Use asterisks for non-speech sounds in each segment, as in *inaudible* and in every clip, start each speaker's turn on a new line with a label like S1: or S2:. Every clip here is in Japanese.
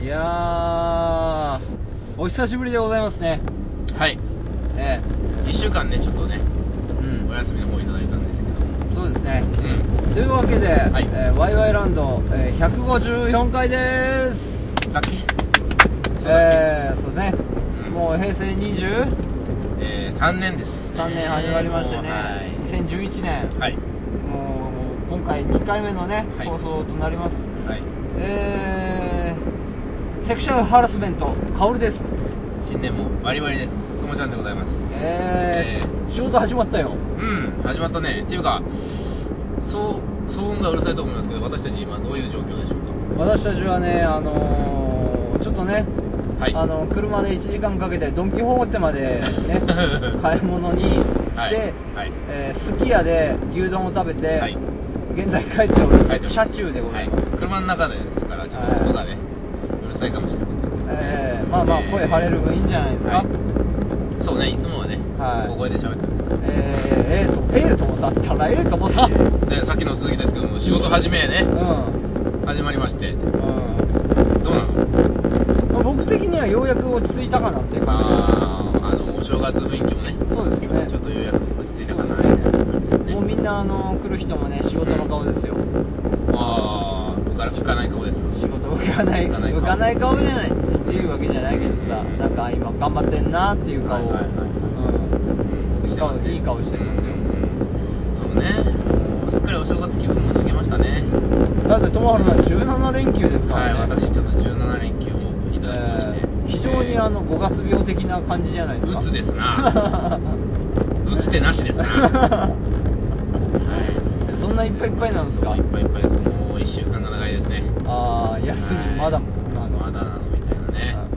S1: いやー、お久しぶりでございますね。
S2: はい
S1: え
S2: 1週間ねちょっと
S1: え。
S2: ね
S1: うん
S2: お。休みの方いただいたんですけども
S1: そうですね。
S2: う
S1: というわけで、
S2: はい
S1: えーワイワイランド、えー154回です。
S2: んだっけそうだっけ
S1: えー、そうですね。
S2: うん
S1: もう平成23
S2: えー、3年です
S1: 年始まりましてね、2011年、
S2: はいはい
S1: もう今回2回目のね、
S2: はい
S1: 放送となります。
S2: はい
S1: えー、セクシャルハラスメント、カオルです。
S2: 新年もバリバリですそもちゃんでございます
S1: え
S2: えー
S1: ー、仕事始まったよ。
S2: うん始まったねっていうかそう騒音がうるさいと思いますけど私たち今どういう状況でしょう
S1: 私たちはね、あのーちょっとね、
S2: はい、
S1: あの車で1時間かけてドン・キホーテまで、ね
S2: *laughs*
S1: 買い物に来
S2: はい
S1: て、
S2: はい
S1: えーすき家で牛丼を食べて、
S2: はい
S1: 現在帰ってお
S2: かはい
S1: る車中でございます。
S2: はい車の中ですからちょっと音がねうるさいかもしれませんけどね
S1: えーまあまあ、声張れる分いいんじゃないですか。
S2: はそうねいつもはね
S1: はい
S2: 小声で喋ってますから
S1: えーえーと、ええともさ、たらええとも
S2: *laughs*
S1: さ、うん、
S2: ね、さっきの続きですけども仕事始めね
S1: う
S2: 始まりましてど
S1: ん、
S2: うなの
S1: まあ僕的にはようやく落ち着いたかなっていう感
S2: あーあのお正月雰囲気も
S1: じ
S2: ね
S1: です。そうですね
S2: ちょっとようやく落ち着いたかなみた
S1: そ
S2: いうな
S1: ですね
S2: 感じですね
S1: もうみんなあの来る人もね仕事の顔ですよ、
S2: ああ僕から聞かない顔です
S1: 仕事浮かない
S2: 浮かない顔
S1: 浮かない顔じゃないっていうわけじゃないけどさ、
S2: うん
S1: なんか今頑張ってんなっていう顔を、
S2: はいはいはい
S1: うんいい顔いい顔してますよ、
S2: うんそうねもうすっかりお正月気分も抜けましたね
S1: だって友春は17連休ですからね、
S2: はい私ちょっと17連休をい
S1: え
S2: ただきまして、
S1: ー非常にあの5月病的な感じじゃないですか
S2: 鬱ですな打つ手なしですなはい
S1: *laughs* そんないっぱいいっぱいなんですか
S2: いっぱいいっぱいですもう1週間が長いですね
S1: ああ休み
S2: はい
S1: まだ
S2: まだなのみたいなね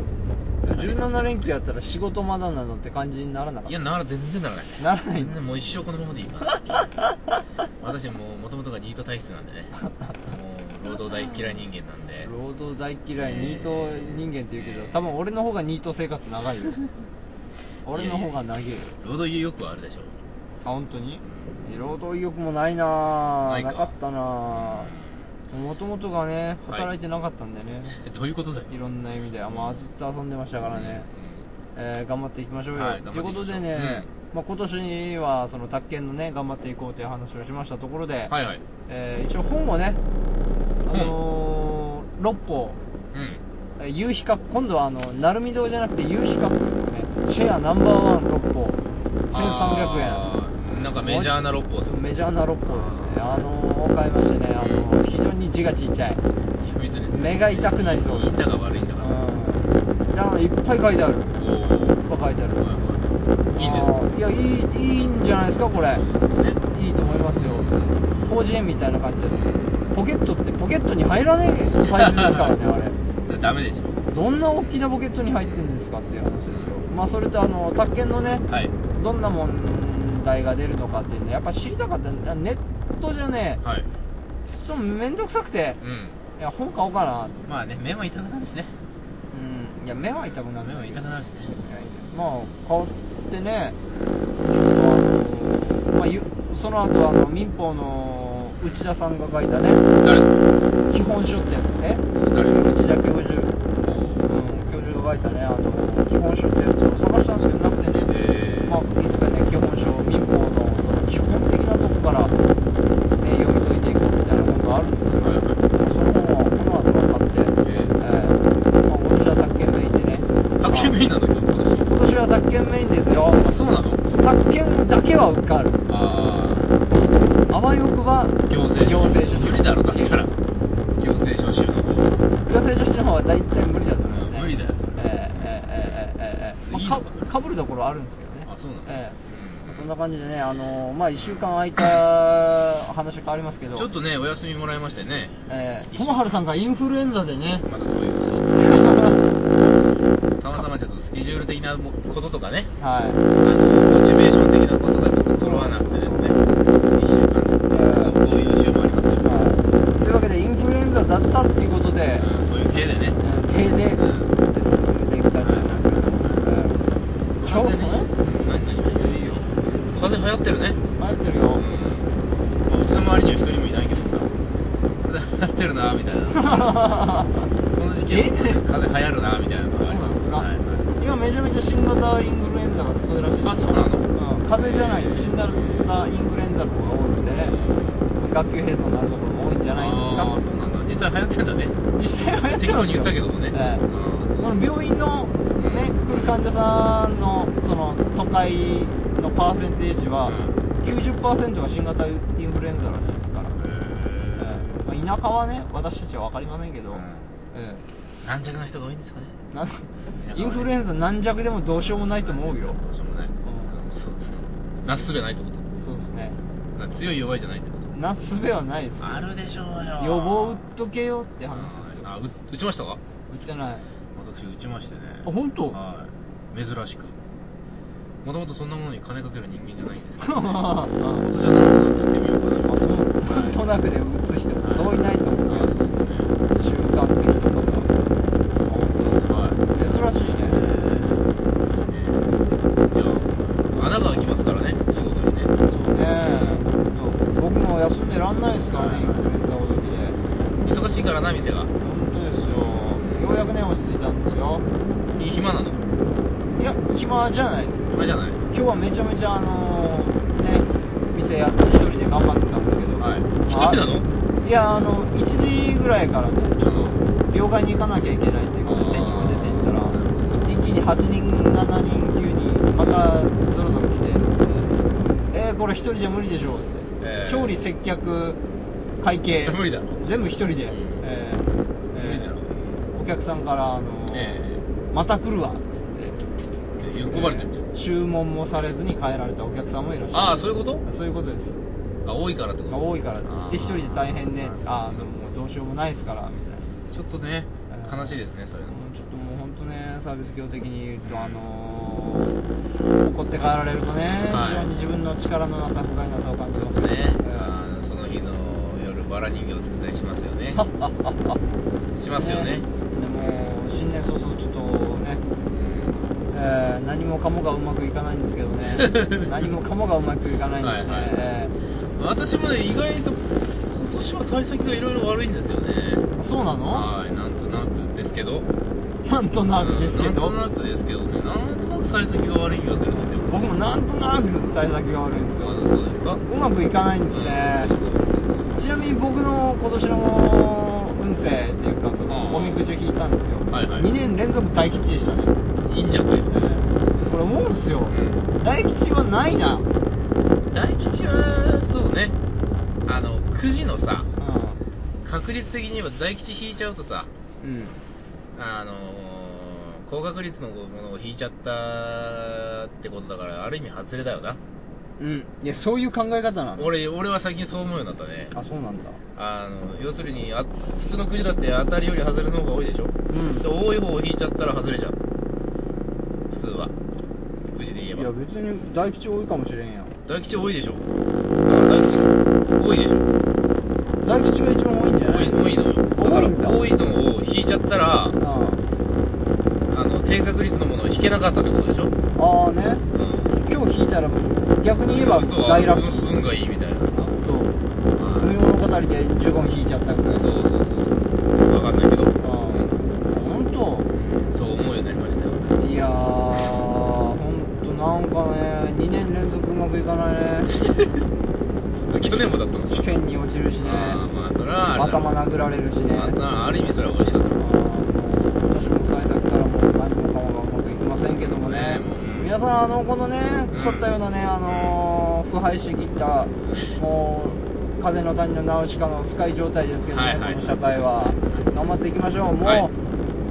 S1: 17連休やったら仕事まだなのって感じにならなかった
S2: いやなら全然ならない
S1: ならない
S2: 全然もう一生このままでいいか
S1: *laughs*
S2: な私ももともとがニート体質なんでねもう労働大嫌い人間なんで
S1: 労働大嫌い、
S2: えー
S1: ニート人間って言うけど、
S2: えー
S1: 多分俺の方がニート生活長 *laughs* いよ俺の方が長いよ
S2: 労働有欲はあるでしょ *laughs*
S1: あ本当に労働意欲もないな
S2: な
S1: ぁ
S2: いか
S1: なかったなぁもともとがね
S2: はい
S1: 働いてなかったんでね、
S2: うんどういうことだよ
S1: *laughs* い、ろんな意味であ、まあ、ずっと遊んでましたからね、えー頑張っていきましょうよ、
S2: はい
S1: ということでね
S2: 頑張っていきましょ、
S1: まあ、今年はその宅建のね頑張っていこうという話をしましたところで、
S2: はいはい
S1: えー一応本をね、あのー6本
S2: うん
S1: えー夕日カップ今度はあの鳴海堂じゃなくて夕日カップのねシェアナンバーワン6本
S2: あ
S1: 1300
S2: ーなんかメジャーな六本です
S1: 円
S2: ね
S1: メジャーな6本ですね
S2: あー
S1: あのー買いましてねあのー
S2: うん
S1: 非常に字がちっちゃい
S2: 別に
S1: 目が痛くなりそう
S2: いいんだか悪いんだかさ
S1: うんだからいっぱい書いてあるいっ
S2: おー
S1: ぱい書いてある
S2: いいんですか
S1: あーいやいいいいんじゃないですかこれ
S2: そうですね
S1: いいと思いますよ広辞苑みたいな感じですポケットってポケットに入らないサイズですからねあれ
S2: ダメでしょ
S1: どんな大きなポケットに入ってるんですかっていう話ですよ、まあ、それとあの宅建のね、
S2: はい
S1: どんな問題が出るのかっていうのやっぱ知りたかったネットじゃね、
S2: はい
S1: ちょっと面倒くさくて、
S2: う
S1: いや本買おうかな、
S2: んまあね目も痛くなるしね
S1: うん、いや、目は痛くなる
S2: 目も痛くなるしね
S1: いやいやまあ、買ってね、ちょっとあの、まあ、ゆその後あの民法の内田さんが書いたね、
S2: 誰です
S1: 基本書ってやつね、
S2: それ誰
S1: 内田教授。
S2: か
S1: うん、教授が書いたね、あの基本書ってやつを探したんですけど、なくてね、
S2: えー
S1: まあ、いつかね、基本書、民法のその基本的なとこから、ね、読み解いていこうみたいな本があるんですよ、
S2: はいはい
S1: その本をこの後は買って、え
S2: え
S1: ーまあ、今年は宅建メインでね、
S2: 卓球メイン
S1: あ
S2: なんだけど今年
S1: 今年は宅建メインですよ、
S2: あそうなの
S1: 宅建だけは受かる、
S2: あ
S1: あわよくば
S2: あ行政
S1: 行政書士
S2: 無理だろだったら行政書士の方
S1: 行政書士の方は大体無理だと思いますね
S2: 無理だよそれ
S1: えええええええええまあ
S2: いいのか
S1: か
S2: それ
S1: かぶるところあるんですけどね
S2: あそうなの
S1: ええ
S2: うん
S1: そんな感じでねあのーまあ1週間空いた話変わりますけど
S2: ちょっとねお休みもらいましてね
S1: ええ友春さんがインフルエンザで
S2: *laughs*
S1: ね
S2: まだそういう嘘をつけ *laughs* てたまたまちょっとスケジュール的なもこととかね
S1: は
S2: あのモチベーション的なことがちょっと揃わなくてですね一週間ですね
S1: うん
S2: こういう週もありますよ
S1: い、はい、というわけでインフルエンザだったっていうことで、
S2: うんそういう体でね
S1: ええ手で
S2: うん
S1: で進めていきたいと思いますけど、ええしょう
S2: 風邪ね何何何いいよ風邪流行ってるね
S1: え流行ってる
S2: *laughs* う
S1: よ
S2: ん、まあうちの周りには一人もいないけどさ風邪流行ってるなみたいなこの時時期は
S1: え
S2: 風邪流行るなみたいなのが
S1: そう
S2: ありま
S1: なんですか、
S2: はいはい
S1: 今めちゃめちゃ新型インフルエンザがすごいらしいですよ
S2: あそうなの
S1: うん、風邪じゃない新型インフルエンザの方が多くてね学級閉鎖になるところも多いんじゃないんです
S2: あ
S1: か
S2: あそうなんだ実際流行ってんだね
S1: 実際はやって
S2: 適
S1: ま
S2: 当
S1: す
S2: に
S1: よ
S2: 言ったけどもね、
S1: ええ
S2: ああそう
S1: その病院の、ね、来る患者さんのその都会のパーセンテージは
S2: う
S1: 90%が新型インフルエンザらしいですから、え
S2: へえ
S1: えまあ、田舎はね私たちは分かりませんけど、
S2: うん
S1: え
S2: 軟弱な人が多いんですかね
S1: えなん
S2: 舎はね
S1: インフルエンザ軟弱でもどうしようもないと思うよ
S2: どうしようもない、
S1: う
S2: そうですねなすすべないってこと
S1: そうですね
S2: な強い弱いじゃないってこと
S1: なすべはないです
S2: あるでしょうよ
S1: 予防打っとけよって話ですよ
S2: あう打ちましたか
S1: 打ってない
S2: 私打ちましてね
S1: あ本当
S2: はい珍しくもともとそんなものに金かける人間じゃないんですけど、ね、
S1: *laughs* あ
S2: 今年はなんとなく打ってみようかな
S1: あそうなんとなくで
S2: は
S1: 打つ人もそういないと思う
S2: あそうですかね
S1: 習慣的とかさ
S2: はい
S1: 珍しい
S2: え
S1: ね
S2: ーいや穴が開きますからね仕事にね
S1: そうね本当僕も休んでらんないですからね
S2: は
S1: イ
S2: い
S1: ンフルエンザごときで
S2: 忙しいからな店が
S1: 本当ですよようやくね落ち着いたんですよ
S2: いい暇なの
S1: いや暇じゃないです
S2: 暇じゃない
S1: 今日はめちゃめちゃあのーね店やって一人で頑張ってたんですけど
S2: はい
S1: まあ
S2: 一人なの
S1: いやあの1時ぐらいからねちょっと両替に行かなきゃいけないっていうことで店長が出て行ったら一気に8人7人9人またゾロゾロ来てえー、これ一人じゃ無理でしょうって、
S2: えー
S1: 調理接客会計
S2: 無理だ
S1: 全部一人で、
S2: うん
S1: えー
S2: 無理だろ
S1: えーお客さんから、あのー
S2: え
S1: また来るわ」っつって
S2: 喜ばれてるじゃん、
S1: えー注文もされずに帰られたお客さんもいらっしゃる
S2: ああそういうこと
S1: そういうことです
S2: あ多いからってこと
S1: が多いからで一人で大変ねああ
S2: あ
S1: でももうどうしようもないですからみたいな
S2: ーちょっとね
S1: えー
S2: 悲しいですねそういうの
S1: も
S2: も
S1: うちょっともう本当ねサービス業的に言うと、あのー怒って帰られるとね、
S2: はい
S1: 非常に自分の力のなさ不甲斐なさを感じ
S2: ちょ
S1: ま
S2: っ
S1: す
S2: と
S1: けど
S2: ね
S1: えー
S2: あーその日の夜バラ人形を作ったりしますよ
S1: *laughs*
S2: ねしますよね
S1: ちょっとねもう新年早々ちょっとね、
S2: うん
S1: えー何もかもがうまくいかないんですけどね
S2: *laughs*
S1: 何もかもがうまくいかないんですね、
S2: はいはい
S1: え
S2: 私もね意外と今年は幸先がいろいろ悪いんですよね
S1: ーそうなの
S2: はいなんとなくですけど
S1: なんとなくですけど、
S2: うんなんとなくですけどねなんとなく幸先が悪い気がするんですよ
S1: 僕もなんとなく幸先が悪いんですよ
S2: あそうですか
S1: うまくいかないんですね
S2: うんそうそうそうそう
S1: ちなみに僕の今年の運勢っていうかそ
S2: うん
S1: のおみくじを引いたんですよ、
S2: はいはい
S1: 2年連続大吉でしたね、
S2: いいんじゃない、
S1: えーこれ思うんですよ、
S2: う
S1: 大吉はないな、うん、
S2: 大吉はそうねあのくじのさ確率的に言えば大吉引いちゃうとさ
S1: うん
S2: あのー高確率のものを引いちゃったってことだからある意味外れだよな
S1: うん、いやそういう考え方なの
S2: 俺俺は最近そう思うようになったね
S1: あそうなんだ
S2: あの要するにあ普通のくじだって当たりより外れの方が多いでしょ、
S1: ん
S2: で多い方を引いちゃったら外れじゃん普通はくじで言え
S1: いや
S2: ば
S1: 別に大吉多いかもしれんやん
S2: 大吉多いでしょだから大吉多いでしょ
S1: 大吉が一番多いんじゃ
S2: 多
S1: ない
S2: い多いのよ
S1: 多いんだ
S2: 多いのを引いちゃったらあ
S1: あ
S2: の低確率のものを引けなかったってことでしょ、うん
S1: あああね今日引いたら逆に言えば
S2: そう
S1: 大ラッキー
S2: 運運がいいみたいなさ
S1: そう海物語で15引いちゃったぐらい
S2: そうそうそうそうそうわかんないけど
S1: ああ本当
S2: そう思うようになりましたよ
S1: いやー本当なんかね2年連続うまくいかないね
S2: 去年もだったの
S1: 試験に落ちるしね
S2: あーまあそれはあれだ
S1: 頭殴られるしね
S2: まあなある意味それは美味しかった
S1: あーもう私も幸先からもう何もかもがうまくいきませんけどもね
S2: ねもううん
S1: 皆さんあのこのね
S2: うん
S1: 腐ったようなね、あのー腐敗してきたもう風の谷のナウシカの深い状態ですけどね、
S2: はいはい
S1: この社会は頑張っていきましょうもう、
S2: はい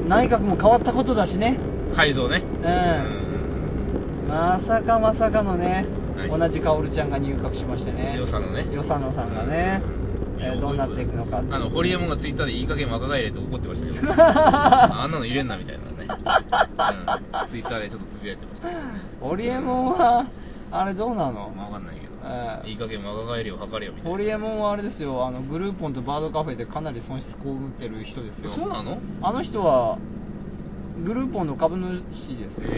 S1: 内閣も変わったことだしね
S2: 改造ね
S1: うん
S2: う
S1: まさかまさかのね、
S2: はい
S1: 同じ薫ちゃんが入閣しましてね
S2: よさのね
S1: よさのさんがね、
S2: ん
S1: えー
S2: や
S1: どうなっていくのかって
S2: あ
S1: *laughs*
S2: の堀江門がツイッターでいい加減若返れと怒ってましたけどあんなの入れんなみたいなね、うん、ツイッターでちょっとつぶやいてましたけど
S1: ホリエモンはあれどうなの
S2: まあわかんないけど、
S1: ええ
S2: いい加減若返りを図れよみたいな
S1: ホリエモンはあれですよあのグルーポンとバードカフェでかなり損失被ってる人ですよ
S2: そうなの
S1: あの人はグルーポンの株主ですよ、
S2: へ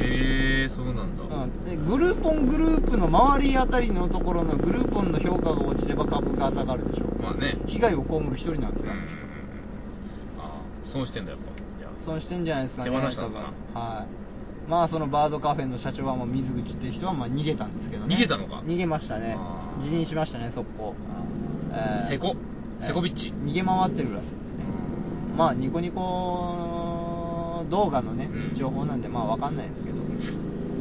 S2: えー、そうなんだ、
S1: うん、でグルーポングループの周りあたりのところのグルーポンの評価が落ちれば株が下がるでしょ
S2: まあね
S1: 被害を被る一人なんです
S2: うん
S1: よ、
S2: う
S1: あ
S2: んう
S1: の
S2: ん
S1: 人
S2: ああ損してんだよじゃあ
S1: 損してんじゃないですかね
S2: 手放したのかな
S1: 多分はいまあそのバードカフェの社長はもう水口っていう人はまあ逃げたんですけどね
S2: 逃げたのか
S1: 逃げましたね
S2: あー
S1: 辞任しましたね速攻えー
S2: セコセコビッチ
S1: 逃げ回ってるらしいですねまあニコニコ動画のね
S2: うん
S1: 情報なんでまあわかんないですけど、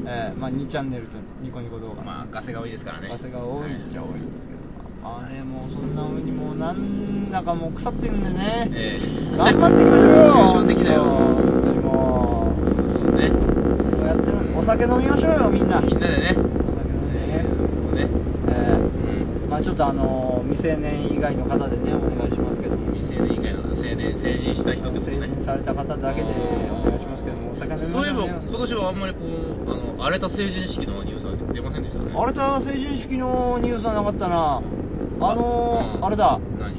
S1: えーまあ2チャンネルとニコニコ動画の
S2: まあガセが多いですからね
S1: ガセが多いっちゃ多いんですけど、まあね、もうそんな風にもうなんだかもう腐ってんでね、
S2: ええ
S1: 頑張ってくれよ
S2: 抽象的だよ
S1: 本当にも
S2: そうね
S1: うもうやってるんでお酒飲みましょうよみんな
S2: みんなで
S1: お
S2: ね
S1: 酒飲んでね、
S2: ね
S1: え
S2: う
S1: ー
S2: ん
S1: まあちょっとあの未成年以外の方でねお願いしますけども
S2: 未成年以外の青年成人した人ってこと
S1: 成
S2: ね
S1: 人された方だけでお願いしますけどもお酒飲みましょ
S2: そういえば
S1: ね
S2: 今年はあんまりこうあの荒れた成人式のニュースは出ませんでしたね
S1: あれだ成人式のニュースはなかったなあのー
S2: うん
S1: あれだ
S2: 何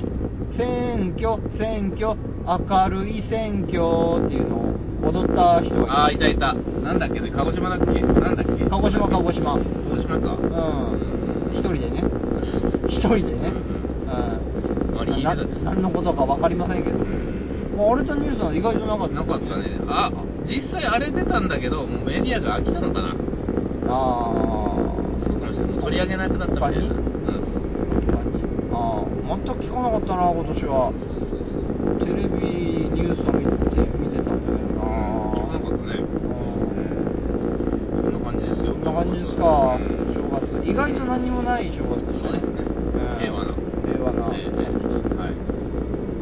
S1: 選挙選挙明るい選挙っていうのを踊った人がいた
S2: ああいたいたなんだっけそれ鹿児島だっけなんだっけ
S1: 鹿児島鹿児島うん
S2: 鹿児島か
S1: 一人でね一人でねうん
S2: 割り引いて
S1: な
S2: たね
S1: 何のことか分かりませんけど、まあ、あれとニュースは意外となかった
S2: なかったねあ実際荒れてたんだけどもうメディアが飽きたのかな
S1: あ
S2: そうかもしれないもう取り上げなくなったみたいな
S1: 他に
S2: うんそう
S1: あああ全く聞かなかったな今年はテレビニュースを見て見てたんだけどな
S2: 聞かなかったねそんな感じですよ
S1: こんな感じですか、
S2: うん
S1: 正月意外と何もない正月でした
S2: そうです
S1: う
S2: ね
S1: ん
S2: 平和な
S1: 平和な、
S2: ええええはい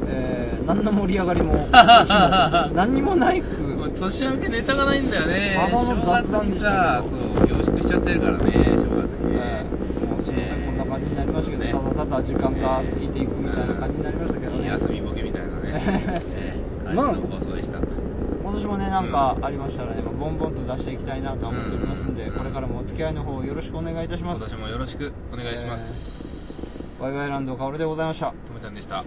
S1: えー何の盛り上が
S2: *laughs*
S1: りもこっちも何にもないく
S2: もう年明けネタがないんだよね
S1: ただの雑談でしたけど
S2: 正月にさそう凝縮しちゃってるからね正月に
S1: え
S2: ね
S1: ーもうすいません、
S2: ね
S1: こんな感じになりましたけど、
S2: ね
S1: ただただ時間が過ぎていくみたいな感じになりましたけどね、
S2: いい遊びボケみたいな
S1: *laughs*
S2: ねええ感じの放送でした
S1: 今年もね、なんかありましたらね、まあボンボンと出していきたいなとは思っておりますんで、
S2: うん
S1: これからもお付き合いの方、よろしくお願いいたしま
S2: 今
S1: す
S2: 年。もよろしくお願いします
S1: ワイワイランド、カオルでございました。
S2: ともちゃんでした